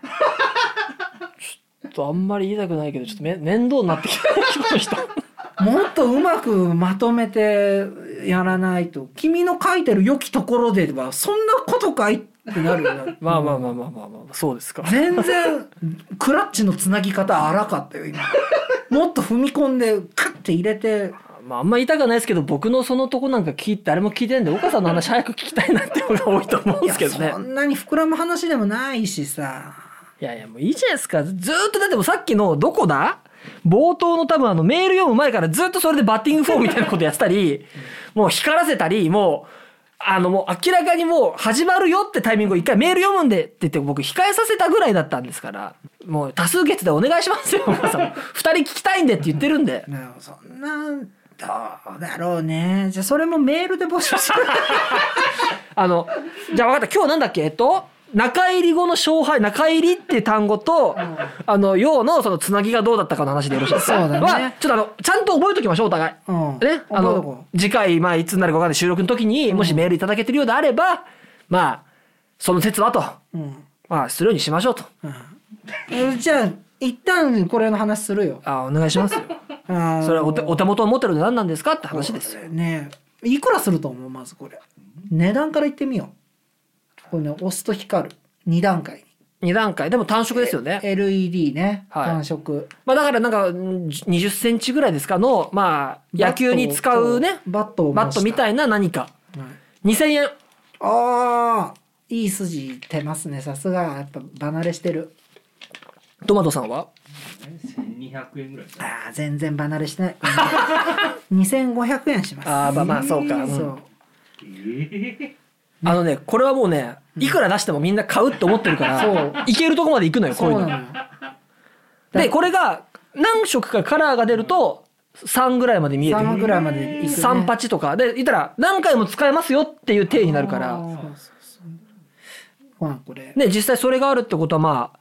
Speaker 2: ちょっとあんまり言いたくないけどちょっとめ面倒になってきたこの人
Speaker 1: もっとうまくまとめてやらないと君の書いてる良きところではそんなことかいってなるよな
Speaker 2: まあまあまあまあまあまあそうですか
Speaker 1: 全然クラッチのつなぎ方荒かったよ今もっと踏み込んでカッて入れて
Speaker 2: まああんま言いたくはないですけど僕のそのとこなんか聞いて誰も聞いてないんで岡さんの話早く聞きたいなっていうのが多いと思うん
Speaker 1: い
Speaker 2: で
Speaker 1: や
Speaker 2: すけどね
Speaker 1: そんなに膨らむ話でもないしさ
Speaker 2: いやいやもういいじゃないですかずずーっとだってもうさっきのどこだ冒頭の多分あのメール読む前からずっとそれでバッティングフォーみたいなことやってたりもう光らせたりもうあのもう明らかにもう始まるよってタイミングを一回メール読むんでって言って僕控えさせたぐらいだったんですからもう多数決でお願いしますよ皆さん二人聞きたいんでって言ってるんで
Speaker 1: でもそんなどうだろうねじゃあそれもメールで募集す る
Speaker 2: あの、じゃあ分かった。今日なんだっけえっと、中入り後の勝敗、中入りっていう単語と、あの、ようのそのつなぎがどうだったかの話でよろしいですか
Speaker 1: そうだね
Speaker 2: まあちょっとあの、ちゃんと覚えときましょう、お互い。
Speaker 1: うん
Speaker 2: ね。あ
Speaker 1: 覚えとこ
Speaker 2: の、次回、まあいつになるか分かんない収録の時に、もしメールいただけてるようであれば、まあ、その説はと、
Speaker 1: うん
Speaker 2: まあ、するようにしましょうと。
Speaker 1: えじゃあ一旦これの話するよ
Speaker 2: あお願いしま すよ。
Speaker 1: あー
Speaker 2: それはお手お手元を持ってるの何なんですかって話ですよ。
Speaker 1: ねえいくらすると思うまずこれ値段から言ってみようこれね押すと光る2段階
Speaker 2: 2段階。でも単色ですよね。
Speaker 1: に LED ね
Speaker 2: はい
Speaker 1: 単色
Speaker 2: まあだからなんかん20センチぐらいですかの、まあ野球に使うね、
Speaker 1: バットを
Speaker 2: バットみ
Speaker 1: い
Speaker 2: たいな何か。2000円。
Speaker 1: ああいい筋出ますねさすがやっぱ離れしてる
Speaker 2: トマトさんは
Speaker 4: 1200円ぐらいですね
Speaker 1: あー全然離れしてない 2500円します
Speaker 2: あーまあまあそうかうん
Speaker 1: そう
Speaker 4: え
Speaker 2: あのねこれはもうねいくら出してもみんな買うって思ってるから、いけるとこまで行くのよこ
Speaker 1: そう
Speaker 2: いう
Speaker 1: う
Speaker 2: の
Speaker 1: なのよ
Speaker 2: でこれが何色かカラーが出ると3ぐらいまで見えて
Speaker 1: 3
Speaker 2: る
Speaker 1: ぐらいまでいく、ね、
Speaker 2: 3パチとかで言ったら何回も使えますよっていう体になるか
Speaker 1: あ
Speaker 2: ら
Speaker 1: ーそうそうそうまあこれ、
Speaker 2: ね実際それがあるってことはまあ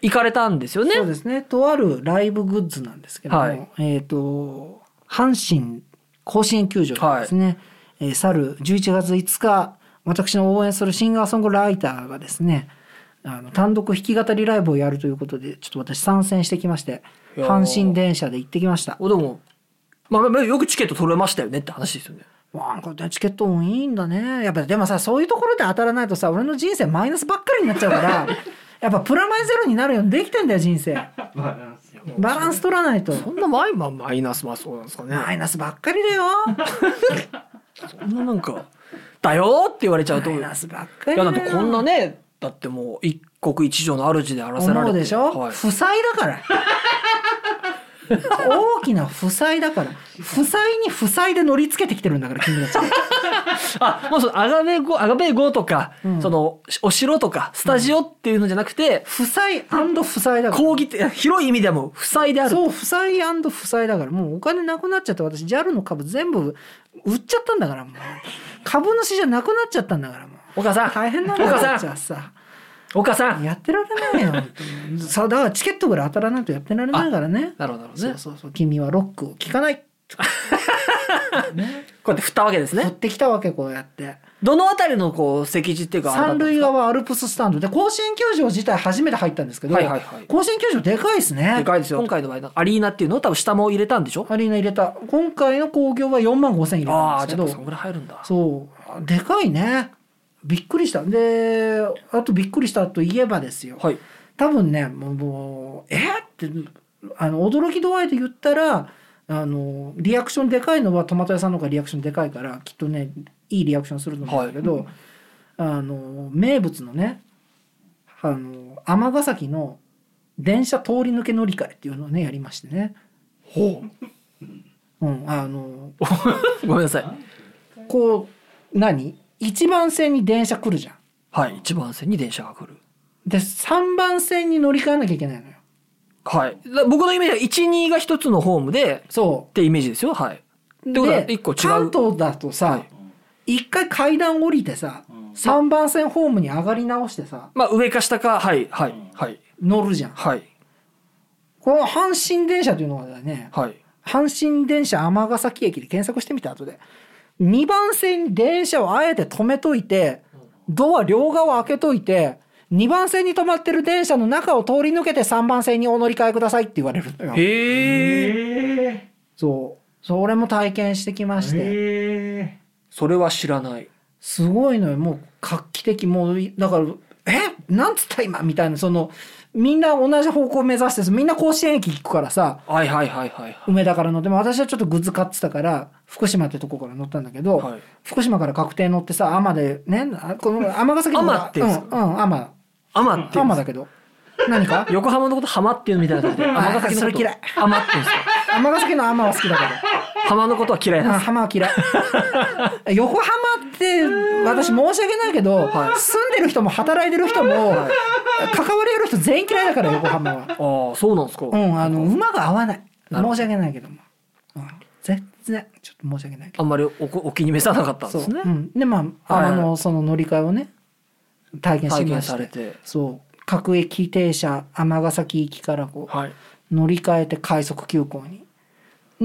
Speaker 2: 行かれたんですよね
Speaker 1: そうですねとあるライブグッズなんですけども、
Speaker 2: はい
Speaker 1: えっ、と阪神甲子園球場でですね、えー去る11月5日私の応援するシンガーソングライターがですねあの単独弾き語りライブをやるということでちょっと私参戦してきまして
Speaker 2: いやー
Speaker 1: 阪神電車で行ってきました
Speaker 2: おでもまあまあよくチケット取れましたよねって話ですよね
Speaker 1: わあなんかチケットもいいんだねやっぱでもさそういうところで当たらないとさ俺の人生マイナスばっかりになっちゃうからやっぱプラマイゼロになるようにできてんだよ人生
Speaker 4: ーバランスよ
Speaker 1: バランス取らないと
Speaker 2: そんなマイママイナスまあそうなんですかね
Speaker 1: マイナスばっかりだ よ
Speaker 2: そんななんか「だよ!」って言われちゃうと
Speaker 1: マ
Speaker 2: い
Speaker 1: イ
Speaker 2: や
Speaker 1: ナスばっかりだ
Speaker 2: だ
Speaker 1: よ
Speaker 2: ってこんなねだってもう一国一城の主で争せられ
Speaker 1: 思
Speaker 2: て
Speaker 1: うでしょ、
Speaker 2: はい
Speaker 1: 負債だから 大きな負債だから負債に負債で乗り付けてきてるんだから君たちは
Speaker 2: あ、もうそのアガベ号、アガベ号とか、
Speaker 1: うん
Speaker 2: その、お城とか、スタジオっていうのじゃなくて、
Speaker 1: 負債負債だから
Speaker 2: 講義って、いや広い意味でも、負債である。
Speaker 1: そう負債負債だからもうお金なくなっちゃって私 JAL の株全部売っちゃったんだからもう株主じゃなくなっちゃったんだからもう
Speaker 2: 岡さん、
Speaker 1: 大変なんだ
Speaker 2: 岡
Speaker 1: よ
Speaker 2: さ
Speaker 1: じゃ
Speaker 2: ん、
Speaker 1: あさ
Speaker 2: 岡さん。
Speaker 1: やってられないよ本当にさだからチケットぐらい当たらないとやってられないからね
Speaker 2: なるほど、なるほど
Speaker 1: そ
Speaker 2: ね
Speaker 1: う。そうそう君はロックを聴かない
Speaker 2: こうやって振ったわけです
Speaker 1: 取っ
Speaker 2: ね。
Speaker 1: てきたわけこうやって
Speaker 2: どのあたりの、こう、席次っていうか、あれだ
Speaker 1: 三
Speaker 2: ったんで
Speaker 1: 塁
Speaker 2: すか
Speaker 1: 側アルプススタンドで甲子園球場自体初めて入ったんですけど、
Speaker 2: はいはいはい
Speaker 1: 甲子園球場でかいですね
Speaker 2: でかいですよ。今回の場合、アリーナっていうのを多分下も入れたんでしょ
Speaker 1: アリーナ入れた今回の興行は4万5千入れ
Speaker 2: あ
Speaker 1: た
Speaker 2: あ、
Speaker 1: んです
Speaker 2: じゃ
Speaker 1: け
Speaker 2: あ、
Speaker 1: ど
Speaker 2: そんぐらい入るんだ。
Speaker 1: そうでかいねびっくりしたであとびっくりしたといえばですよ、
Speaker 2: はい。
Speaker 1: 多分ねもうもうえーってあの驚き度合いで言ったらあのリアクションでかいのはトマト屋さんの方がリアクションでかいからきっとねいいリアクションすると思うんだけど、あの名物のねあの尼崎の電車通り抜け乗り換えっていうのをねやりましてね。
Speaker 2: ほ
Speaker 1: うん、あの
Speaker 2: う。 ごめんなさい。
Speaker 1: こう何一番線に電車来るじゃん。
Speaker 2: はい。一番線に電車が来る。
Speaker 1: で3番線に乗り換えなきゃいけないのよ。
Speaker 2: はい。だ僕のイメージは、1、2が一つのホームで、
Speaker 1: そう
Speaker 2: ってイメージですよ。はい。ってことは
Speaker 1: で
Speaker 2: 一個違う
Speaker 1: 関東だと
Speaker 2: は
Speaker 1: さ
Speaker 2: い
Speaker 1: 一、回階段降りてさ、
Speaker 4: うん
Speaker 1: 三3番線ホームに上がり直してさ
Speaker 2: まあ、上か下か、はい、はい、はい、
Speaker 1: 乗るじゃん
Speaker 2: はい、
Speaker 1: この阪神電車というのがね
Speaker 2: はい。
Speaker 1: 阪神電車尼崎駅で検索してみた後で2番線に電車をあえて止めといてドア両側開けといて2番線に止まってる電車の中を通り抜けて3番線にお乗り換えくださいって言われるのよ
Speaker 2: へえ。
Speaker 4: え
Speaker 1: そうそれも体験してきま
Speaker 4: ー、
Speaker 1: して、
Speaker 4: え
Speaker 2: それは知らない。
Speaker 1: すごいのよもう画期的もういだから「えなんつった今」みたいなそのみんな同じ方向を目指してみんな甲子園駅行くからさ
Speaker 2: はいはいはいはいは
Speaker 1: 梅田から乗っても私はちょっとグッズ買ってたから福島ってとこから乗ったんだけど、
Speaker 2: い。はい。
Speaker 1: 福島から確定乗ってさ天でねあこの尼崎の
Speaker 2: 天って
Speaker 1: う
Speaker 2: いうんん
Speaker 1: う
Speaker 2: ですか
Speaker 1: ん天
Speaker 2: 天って言う
Speaker 1: 天
Speaker 2: んです。
Speaker 1: だけど何か
Speaker 2: 横浜のこと浜っていうみたいな感じで。
Speaker 1: あ
Speaker 2: 尼崎のこと
Speaker 1: それ嫌い
Speaker 2: 浜って言うんですか。
Speaker 1: 尼崎の天は好きだけ
Speaker 2: 浜のことは嫌い
Speaker 1: ど
Speaker 2: な
Speaker 1: うん
Speaker 2: です。
Speaker 1: 浜は嫌 い横浜って私申し訳ないけど、
Speaker 2: はい
Speaker 1: 住んでる人も働いてる人も、関わりある人全員嫌いだから横浜は。
Speaker 2: ああ、そうなんですか。
Speaker 1: うん、あの馬が合わない。
Speaker 2: なるほ
Speaker 1: 申
Speaker 2: ど
Speaker 1: し訳ないけども。うん、全然ちょっと申し訳ないけ
Speaker 2: あんまりおお気に召さなかったん
Speaker 1: ど。
Speaker 2: ですね
Speaker 1: う。ん、でまあ、
Speaker 2: は
Speaker 1: あ
Speaker 2: い
Speaker 1: のその乗り換えをね体験して
Speaker 2: 体
Speaker 1: きま
Speaker 2: 験
Speaker 1: し
Speaker 2: され
Speaker 1: て。
Speaker 2: て。
Speaker 1: そう各駅停車尼崎行きからこ
Speaker 2: はい。
Speaker 1: う乗り換えて快速急行に。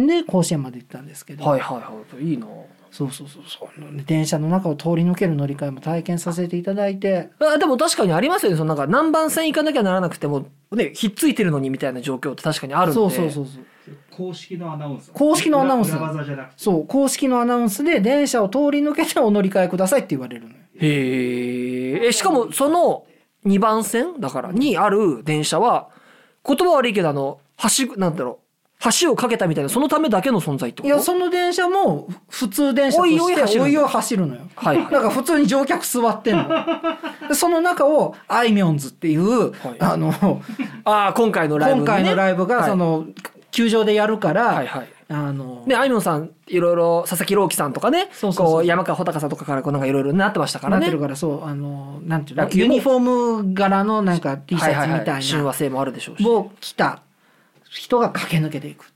Speaker 1: で甲子園まで行ったんですけど、
Speaker 2: はいはいはい。いいな。
Speaker 1: そうそうそうそう電車の中を通り抜ける乗り換えも体験させていただいて
Speaker 2: あでも確かにありますよね。そのなんか南蛮線行かなきゃならなくても、ね、ひっついてるのにみたいな状況って確かにあるんで。。
Speaker 1: そうそうそううそう
Speaker 4: ー、公式のアナウンス
Speaker 1: 公式のアナウンス
Speaker 4: 裏裏技じゃなくて
Speaker 1: そう公式のアナウンスで電車を通り抜けてお乗り換えくださいって言われるのよ
Speaker 2: へーえしかもその2番線だからにある電車は言葉悪いけどあの橋なんだろう橋を架けたみたいなそのためだけの存在ってこ
Speaker 1: い
Speaker 2: と
Speaker 1: やその電車も普通電車として
Speaker 2: おいおい走るの
Speaker 1: おいおい走るのよ、
Speaker 2: はいはい
Speaker 1: だから普通に乗客座ってん のでその中をあいみょんずっていう、
Speaker 2: はい
Speaker 1: あの
Speaker 2: ああ今回のライブ、ね、
Speaker 1: 今回のライブが
Speaker 2: はい
Speaker 1: その、球場でやるから、
Speaker 2: はいはい
Speaker 1: あの、
Speaker 2: ね、あいみょんさんいろいろ佐々木朗希さんとか
Speaker 1: そう
Speaker 2: ね
Speaker 1: そうそう
Speaker 2: こう山川穂高さんとかからこうなんかいろいろなってましたから
Speaker 1: なっ
Speaker 2: ね
Speaker 1: てるからそうあのなんていうの
Speaker 2: 野球
Speaker 1: ユ
Speaker 2: も
Speaker 1: ニフォーム柄のなんか T シャツみたい
Speaker 2: はいはいはい、親
Speaker 1: な
Speaker 2: 和性もあるでしょうし
Speaker 1: を着た人が駆け抜けていく。
Speaker 2: へ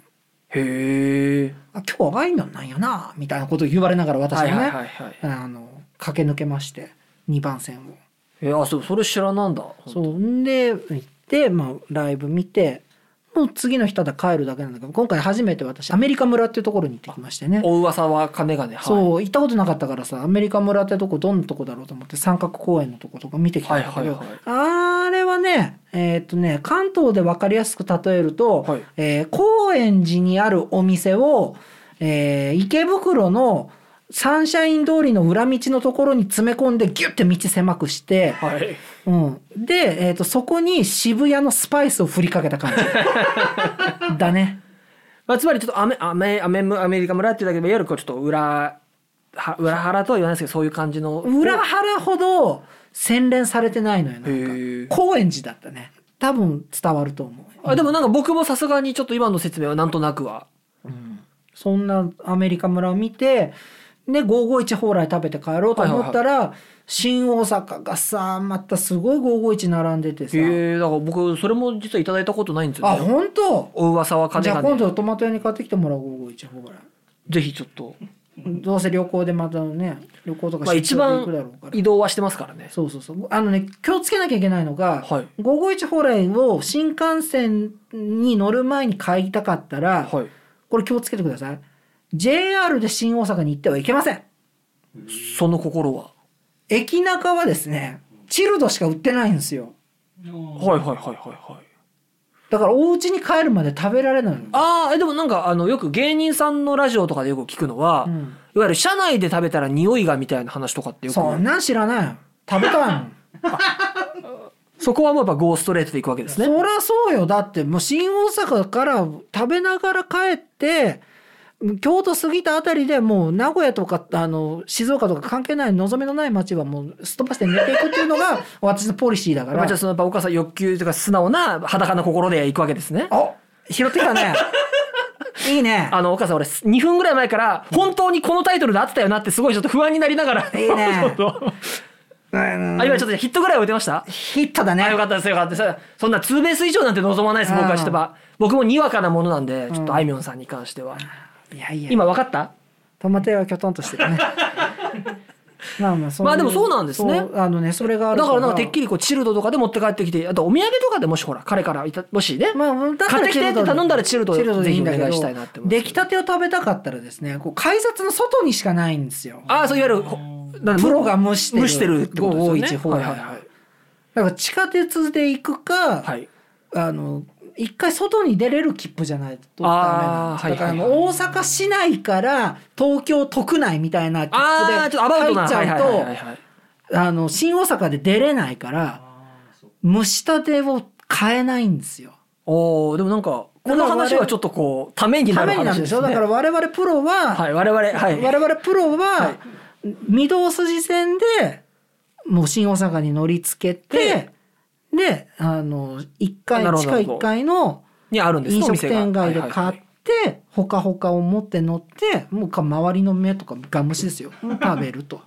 Speaker 2: え
Speaker 1: あ今日はあいみょんなんやなみたいなことを言われながら私も
Speaker 2: は
Speaker 1: ね、
Speaker 2: いはいはいはい
Speaker 1: あの駆け抜けまして2番線を。
Speaker 2: えーあそうそれ知らなんだ
Speaker 1: そううんで行って、まあ、ライブ見てもう次の日ただ帰るだけなんだけど今回初めて私アメリカ村っていうところに行ってきましてね、
Speaker 2: お噂は金がね、はい、
Speaker 1: そう行ったことなかったからさアメリカ村ってとこどんなとこだろうと思って三角公園のとことか見てきたんだけど、
Speaker 2: はいはいはい
Speaker 1: あれはねえーっとね関東で分かりやすく例えると、
Speaker 2: はい
Speaker 1: えー高円寺にあるお店を、えー池袋のサンシャイン通りの裏道のところに詰め込んでギュッて道狭くして。
Speaker 2: はい
Speaker 1: うん、で、えー、とそこに渋谷のスパイスを振りかけた感 じだね
Speaker 2: まあ、つまりちょっとアメアメアメアメリカ村っていうだけでいわゆるこうちょっと裏は裏腹とは言わないですけどそういう感じの
Speaker 1: 裏腹ほど洗練されてないのよ
Speaker 2: へ
Speaker 1: なんか
Speaker 2: ー
Speaker 1: 高円寺だったね多分伝わると思う
Speaker 2: あでもなんか僕もさすがにちょっと今の説明はなんとなくは
Speaker 1: そんなアメリカ村を見てで551蓬莱食べて帰ろうと思ったら、新大阪がさまたすごい551並んでてさ
Speaker 2: へえだから僕それも実はいただいたことないんですよ
Speaker 1: あ
Speaker 2: ね
Speaker 1: 本当
Speaker 2: お噂は
Speaker 1: じ
Speaker 2: 金
Speaker 1: ゃあ
Speaker 2: が
Speaker 1: 今
Speaker 2: ね
Speaker 1: 度トマト屋に買ってきてもらおう551蓬莱
Speaker 2: ぜひちょっと、
Speaker 1: どうせ旅行でまたね旅行とか
Speaker 2: まあ、
Speaker 1: 出
Speaker 2: 一
Speaker 1: 張で行くだろう
Speaker 2: 番
Speaker 1: から
Speaker 2: 移動はしてますからね
Speaker 1: そうそうそうあのね気をつけなきゃいけないのが、
Speaker 2: はい
Speaker 1: 551蓬莱を新幹線に乗る前に買いたかったら、
Speaker 2: はい
Speaker 1: これ気をつけてください JR で新大阪に行ってはいけません
Speaker 2: その心は
Speaker 1: 駅中はですねチルドしか売ってないんですよ
Speaker 4: は
Speaker 2: はいはいはいはいはい
Speaker 1: だからお家に帰るまで食べられないの
Speaker 2: ああえでもなんかあのよく芸人さんのラジオとかでよく聞くのは、
Speaker 1: うん
Speaker 2: いわゆる車内で食べたら匂いがみたいな話とかってよく
Speaker 1: そんなん知らないよ食べたいもん
Speaker 2: そこはもうやっぱゴーストレートでいくわけ です
Speaker 1: そ
Speaker 2: ね。
Speaker 1: りゃそうよだってもう新大阪から食べながら帰って京都過ぎたあたりでもう名古屋とかあの静岡とか関係ない望みのない街はもうすっ飛ばして寝ていくっていうのが私のポリシーだか
Speaker 2: ま
Speaker 1: ら
Speaker 2: あじゃあそのやっぱ岡さん欲求というか素直な裸の心でいくわけですね。
Speaker 1: お拾ってきた ねいいね
Speaker 2: あの岡さん俺2分ぐらい前から本当にこのタイトルで合ってたよなってすごいちょっと不安になりながら。
Speaker 1: いいね
Speaker 2: ちょっと あ今ちょっとヒットぐらい打てました。
Speaker 1: ヒットだね
Speaker 2: あよかったですよかったです。そんなツーベース以上なんて望まないです僕はしてば。僕もにわかなものなんでちょっとあいみょんさんに関しては。
Speaker 1: いやいや
Speaker 2: 今分かった？
Speaker 1: トマト屋はきょとんとしてるね まあまあそい
Speaker 2: まあでもそうなんですね
Speaker 1: そうあのねそれがあ
Speaker 2: だ
Speaker 1: る
Speaker 2: からなんかてっきりこうチルドとかで持って帰ってきてあとお土産とかでもしほら彼からいたもしね。
Speaker 1: まあ、だから
Speaker 2: 買ってきてって頼んだらチルド
Speaker 1: チルドでいいんだけ
Speaker 2: ぜ
Speaker 1: ど
Speaker 2: ひお願いしたいなって思います
Speaker 1: 出来たてを食べたかったらですねこう改札の外にしかないんですよ
Speaker 2: ああそういわゆるほなんだ
Speaker 1: プロが蒸してる
Speaker 2: 蒸してるってことですよね。
Speaker 1: 551
Speaker 2: はいはいはい。
Speaker 1: だから地下鉄で行くか、
Speaker 2: はい。
Speaker 1: あの一回外に出れる切符じゃないとダ
Speaker 2: あ
Speaker 1: メなんですだからあ
Speaker 2: ーはいはいはい
Speaker 1: の大阪市内から東京都区内みたいな切符で
Speaker 2: ああ、ちょっとアバウト
Speaker 1: 入
Speaker 2: な。
Speaker 1: っちゃ
Speaker 2: はいはいはいうはい
Speaker 1: とあの新大阪で出れないから蒸したてを買えないんですよ。
Speaker 2: おお、でもなんか、この話はちょっとこう、ためにな
Speaker 1: た
Speaker 2: る
Speaker 1: めになる
Speaker 2: 話で
Speaker 1: ですしょ、
Speaker 2: ね。
Speaker 1: だから我々プロは、
Speaker 2: はい、我々、はい。
Speaker 1: 我々プロは
Speaker 2: は
Speaker 1: 御堂筋線でもう新大阪に乗りつけて、であの1階
Speaker 2: なるほ
Speaker 1: 地
Speaker 2: ど
Speaker 1: 下1階の
Speaker 2: にあるんです
Speaker 1: 飲
Speaker 2: ねお
Speaker 1: 食
Speaker 2: 店が
Speaker 1: 店街で
Speaker 2: はいはいは
Speaker 1: 買っ
Speaker 2: い
Speaker 1: てほかほかを持って乗ってもうか周りの目とかがむしですよ食べると。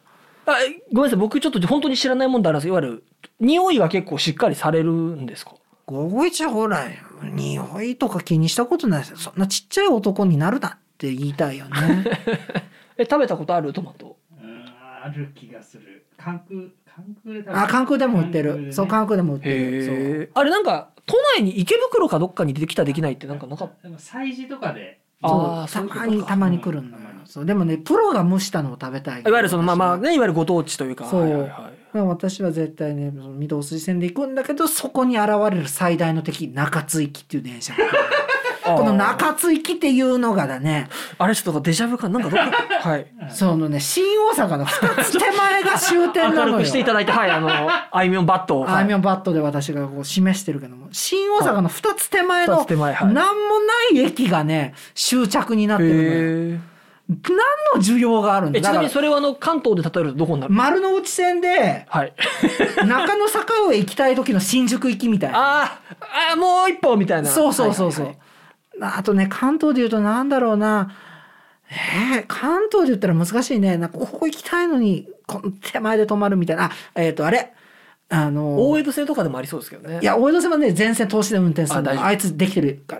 Speaker 2: あえごめんなさい、僕ちょっと本当に知らないもんだあるんですけどいわゆる、匂いは結構しっかりされるんですか
Speaker 1: 551ほら匂いとか気にしたことないですよそんなちっちゃい男になるなって言いたいよね。
Speaker 2: え、食べたことあるトマト。
Speaker 4: ある気がする関空関空で食べた
Speaker 1: あ関空でも売って
Speaker 4: 関空
Speaker 1: る、
Speaker 4: でね
Speaker 1: そう関空でも売ってる。そう
Speaker 2: へえ。あれなんか、都内に池袋かどっかに出てきたできないってなんかなかった
Speaker 4: でも催事とかで
Speaker 2: あー
Speaker 1: そ
Speaker 2: そうう
Speaker 1: たまにたまに来るのよ
Speaker 4: たまに
Speaker 1: そうでもねプロが蒸したのを食べたい
Speaker 2: いわゆるそのまあまあ
Speaker 1: ね
Speaker 2: ね、いわゆるご当地というか。
Speaker 1: そう
Speaker 2: はいはいはい
Speaker 1: 私は絶対ねその御堂筋線で行くんだけどそこに現れる最大の敵中津行きっていう電車が来る
Speaker 2: あー
Speaker 1: この中継ぎっていうのがだね
Speaker 2: あれちょっとなんかデジャブかなんかどっか はい
Speaker 1: そのね新大阪の2つ手前が終点
Speaker 2: 明
Speaker 1: な
Speaker 2: る
Speaker 1: の
Speaker 2: くしてい
Speaker 1: よ。
Speaker 2: ただいてはいあ のあいみょんバットを、
Speaker 1: ア
Speaker 2: は
Speaker 1: ー
Speaker 2: い
Speaker 1: ミョンバットで私がこう示してるけども新大阪の2つ手前
Speaker 2: 二
Speaker 1: の
Speaker 2: つ手前はい
Speaker 1: 何もない駅がね終着になってるのよ。
Speaker 2: へー
Speaker 1: 何の需要があるんだ
Speaker 2: えちなみ
Speaker 1: だか
Speaker 2: に
Speaker 1: ら
Speaker 2: それはあの関東で例えるとどこになる、
Speaker 1: 丸の内線で
Speaker 2: はい
Speaker 1: 中野坂上行きたい時の新宿行きみたいな。
Speaker 2: あーあーもう一本みたいな
Speaker 1: そうそうそうそう。
Speaker 2: はい
Speaker 1: あとね、関東で言うとなんだろうな。えー関東で言ったら難しいね。なんかここ行きたいのに、この手前で止まるみたいな。あ、えっ、と、あれ。あの
Speaker 2: 大江戸線とかでもありそうですけどね
Speaker 1: いや、大江戸線はね、全線通しで運転するんだ
Speaker 2: あ大丈夫
Speaker 1: あいつできてる か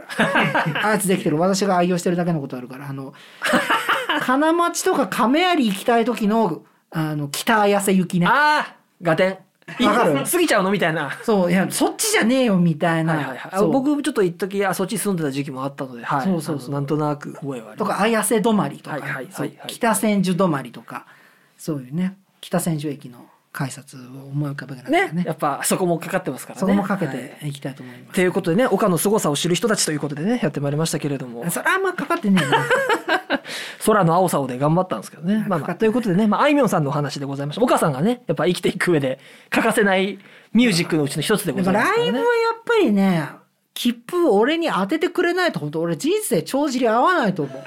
Speaker 1: ら。あいつできてる。私が愛用してるだけのことあるから。あの、金町とか亀有行きたい時の、あの、北綾瀬行きね。
Speaker 2: ああガテン
Speaker 1: わかる
Speaker 2: 過ぎちゃうのみたいな
Speaker 1: そう、いや、そっちじゃねえよ、みたいな。
Speaker 2: はいはいはいあ
Speaker 1: そう、
Speaker 2: 僕ちょっと一時あそっち住んでた時期もあったので、はい、
Speaker 1: そうそうそう
Speaker 2: あのなんとなく覚えはあり
Speaker 1: と
Speaker 2: ます
Speaker 1: か綾瀬止まりとか、
Speaker 2: はいはいはい
Speaker 1: そう
Speaker 2: はい
Speaker 1: 北千住止まりとかそういうね北千住駅の改札を思い浮かべながらね
Speaker 2: ねやっぱそこもかかってますからね
Speaker 1: そこもかけ
Speaker 2: はい
Speaker 1: ていきたいと思います。
Speaker 2: ということでね岡の凄さを知る人たちということでねやってまいりましたけれども
Speaker 1: それはあんまかかってねえな。
Speaker 2: 空の青さをで頑張ったんですけどね。ま
Speaker 1: か
Speaker 2: あま
Speaker 1: か
Speaker 2: あ、
Speaker 1: った
Speaker 2: ということでね、まあ、あいみょんさんのお話でございました。岡さんがね、やっぱ生きていく上で欠かせないミュージックのうちの一つでご
Speaker 1: だか
Speaker 2: ざいま
Speaker 1: ら
Speaker 2: す
Speaker 1: ラ
Speaker 2: か
Speaker 1: イ
Speaker 2: ら
Speaker 1: ブ
Speaker 2: ね
Speaker 1: はや。っぱりね切符を俺に当ててくれないと本当俺人生帳尻合わないと 思う。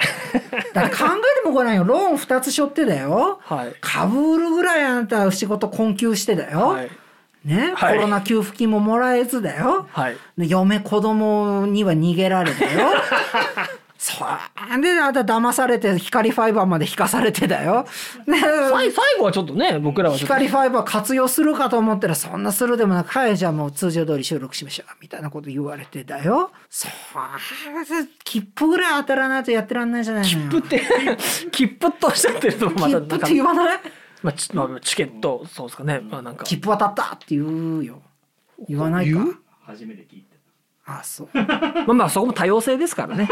Speaker 1: だって考えてもこないよローン2つ背負ってだよ。
Speaker 2: はい。
Speaker 1: 株売るぐらいあんた仕事困窮してだよ。
Speaker 2: はい。
Speaker 1: ね、
Speaker 2: はい
Speaker 1: コロナ給付金ももらえずだよ。
Speaker 2: はい。
Speaker 1: で嫁子供には逃げられた よそんであんた騙されて光ファイバーまで引かされてだよ、ね
Speaker 2: 最最後はちょっとね、僕らはちょっと。
Speaker 1: 光ファイバー活用するかと思ったらそんなするでもなく「はいじゃあもう通常通り収録しましょう」みたいなこと言われてだよそりゃ切符ぐらい当たらないとやってらんないじゃないのよ
Speaker 2: 切符って、 切符とおっしゃってるとまたなん
Speaker 1: 切符
Speaker 2: か
Speaker 1: って、言わない
Speaker 2: まあ、ちまあチケット、そうですかね。まあなんか。
Speaker 1: 切符当たったって言うよ言わないか
Speaker 2: 言う
Speaker 4: 初めて聞いた。
Speaker 1: あそう
Speaker 2: まあまあそこも多様性ですからね。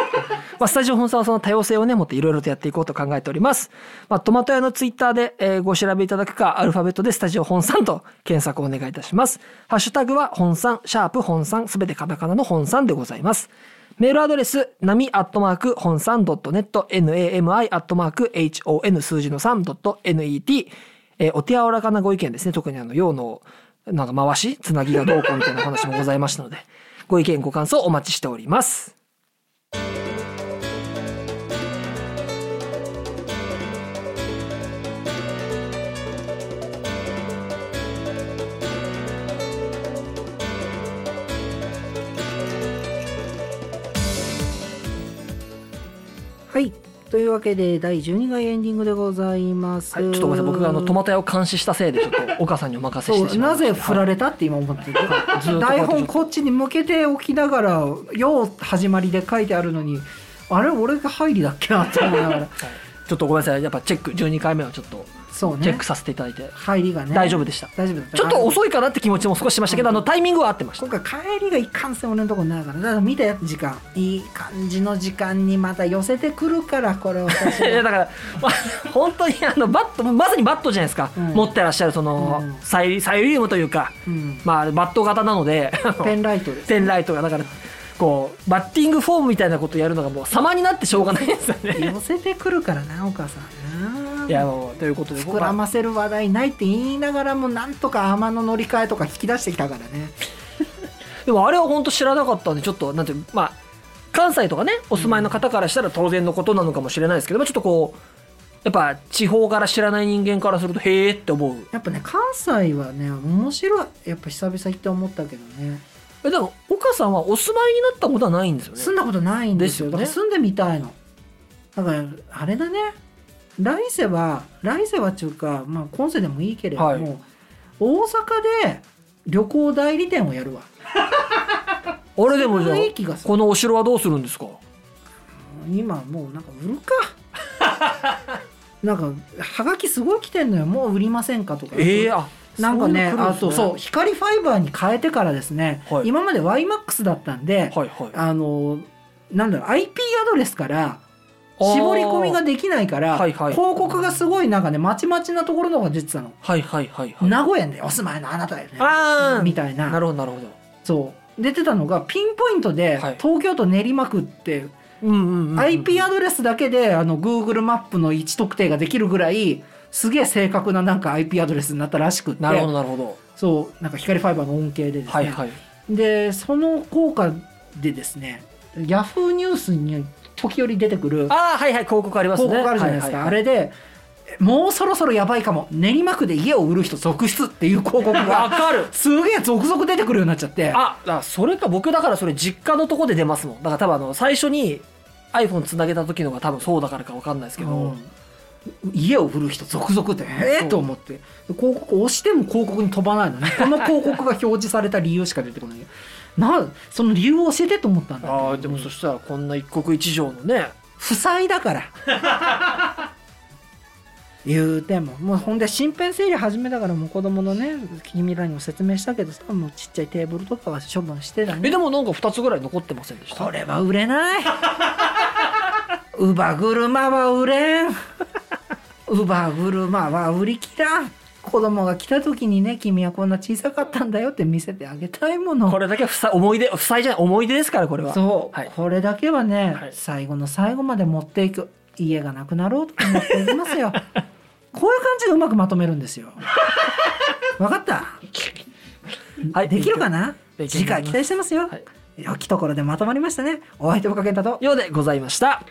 Speaker 2: まあスタジオ本さんはその多様性をね、もっといろいろとやっていこうと考えております。まあトマト屋のツイッターで、えーご調べいただくか、アルファベットでスタジオ本さんと検索をお願いいたします。ハッシュタグは本さん、シャープ本さん、すべてカタカナの本さんでございます。メールアドレス、なみアットマーク、本さん .net、nami アットマーク、hon 数字の 3.net、えーお手柔らかなご意見ですね。特にあの、用の、なんか回し、つなぎがどうこうみたいな話もございましたので、ご意見、ご感想お待ちしております。
Speaker 1: はいというわけで第12回エンディングでございます、
Speaker 2: はい、ちょっとごめんなさい。僕があの、トマト屋を監視したせいで、ちょっと、岡さんにお任せし
Speaker 1: そ
Speaker 2: てし
Speaker 1: う
Speaker 2: まいま
Speaker 1: な
Speaker 2: した。
Speaker 1: ぜ振ら
Speaker 2: れ
Speaker 1: れたって今思ってる
Speaker 2: ずっとこうやって
Speaker 1: 台本こっちに向けておきながら「よう」始まりで書いてあるのにあれ俺が入りだっけなって思 いながら
Speaker 2: ちょっとごめんなさい。やっぱチェック、12回目はちょっと、
Speaker 1: そうね
Speaker 2: チェックさせていただいて、
Speaker 1: 入りがね
Speaker 2: 大丈夫でした。
Speaker 1: 大丈夫だた
Speaker 2: ちょっと遅いかなって気持ちも少ししましたけど、あの、タイミングは合ってました。
Speaker 1: 今回帰りがいかんせん俺のとこないからだから見て時間いい感じの時間にまた寄せてくるからこれを私
Speaker 2: いや
Speaker 1: は
Speaker 2: だから、まあ本当にあのバットまさにバットじゃないですか、
Speaker 1: うん
Speaker 2: 持ってらっしゃるその、
Speaker 1: うん
Speaker 2: サイサイリウムというか、
Speaker 1: うん
Speaker 2: まあ、あれバット型なのであの
Speaker 1: ペンライト です
Speaker 2: ペンライトがだからこうバッティングフォームみたいなことやるのがもう様になってしょうがないですよね。
Speaker 1: 寄せてくるからなお母さんない
Speaker 2: やもうということで
Speaker 1: 膨らませる話題ないって言いながらもなんとか天の乗り換えとか引き出してきたからね
Speaker 2: でもあれは本当知らなかったんでちょっとなんていうまあ関西とかねお住まいの方からしたら当然のことなのかもしれないですけど、まあちょっとこうやっぱ地方から知らない人間からするとへえって思う
Speaker 1: やっぱね関西はね面白いやっぱ久々行って思ったけどね
Speaker 2: えでも岡さんはお住まいになったことはないんですよね
Speaker 1: 住んだことないんですよ
Speaker 2: ですよ
Speaker 1: だから住
Speaker 2: ね
Speaker 1: んでみたいのだからあれだね来世は来世はっていうか、まあ、今世でもいいけれども、
Speaker 2: はい
Speaker 1: 大阪で旅行代理店をやるわ
Speaker 2: あれでも
Speaker 1: そん
Speaker 2: じゃあ
Speaker 1: ないい気がする
Speaker 2: このお城はどうするんですか
Speaker 1: 今もうなんか売る かなんかはがきすごい来てんのよもう売りませんかとか
Speaker 2: ええあ
Speaker 1: なんかね
Speaker 2: そ
Speaker 1: あ
Speaker 2: うい
Speaker 1: と
Speaker 2: うの来るんですね
Speaker 1: そう光ファイバーに変えてからですね、
Speaker 2: はい
Speaker 1: 今まで YMAX だったんで、
Speaker 2: はいはい
Speaker 1: あのなんだろう IP アドレスから絞り込みができないから、
Speaker 2: あーはいはい
Speaker 1: 広告がすごいなんかねまちまちなところの方が出てたの、
Speaker 2: はいはいはいはい
Speaker 1: 名古屋でお住まいのあなたよね
Speaker 2: あー
Speaker 1: みたいな
Speaker 2: なるほどなるほど
Speaker 1: そう出てたのがピンポイントで
Speaker 2: はい
Speaker 1: 東京都練馬区って
Speaker 2: うんうんうんうん
Speaker 1: IP アドレスだけであの Google マップの位置特定ができるぐらいすげえ正確ななんか IP アドレスになったらしくって
Speaker 2: なるほどなるほど
Speaker 1: そうなんか光ファイバーの恩恵でですね、
Speaker 2: はいはい
Speaker 1: でその効果でですねヤフーニュースに時折出てくる
Speaker 2: ああはいはい広告ありますね
Speaker 1: 広告あるじゃないですか、
Speaker 2: はは
Speaker 1: あれでもうそろそろやばいかも練馬区で家を売る人続出っていう広告
Speaker 2: わ
Speaker 1: が
Speaker 2: かる
Speaker 1: すげえ続々出てくるようになっちゃって
Speaker 2: ああそれか僕だからそれ実家のとこで出ますもんだから多分あの最初に iPhone つなげた時のが多分そうだからか分かんないですけど、
Speaker 1: うん家を売る人続々でえ
Speaker 2: そ
Speaker 1: ー、
Speaker 2: う
Speaker 1: と思って広告押しても広告に飛ばないのねこの広告が表示された理由しか出てこないなその理由を教えてと思ったんだけど
Speaker 2: ああでもそしたらこんな一国一城のね
Speaker 1: 負債だから 言うてももうほんで身辺整理始めたからもう子供のね君らにも説明したけどさもうちっちゃいテーブルとかは処分してた
Speaker 2: え
Speaker 1: ね
Speaker 2: でもなんか2つぐらい残ってませんでした
Speaker 1: これは売れない 乳母車は売れん乳母車は売り切らん子供が来た時にね君はこんな小さかったんだよって見せてあげたいもの
Speaker 2: これだけ負債思い出負債じゃない思い出ですからこれは
Speaker 1: そう、
Speaker 2: はい
Speaker 1: これだけはね、
Speaker 2: はい
Speaker 1: 最後の最後まで持っていく家がなくなろうと思っていきますよ こういう感じでうまくまとめるんですよわかった、
Speaker 2: はい
Speaker 1: できるかな
Speaker 2: 勉強
Speaker 1: 次回期待してますよ、
Speaker 2: はい
Speaker 1: 良きところでまとまりましたねお相手をかけたと
Speaker 2: ようでございました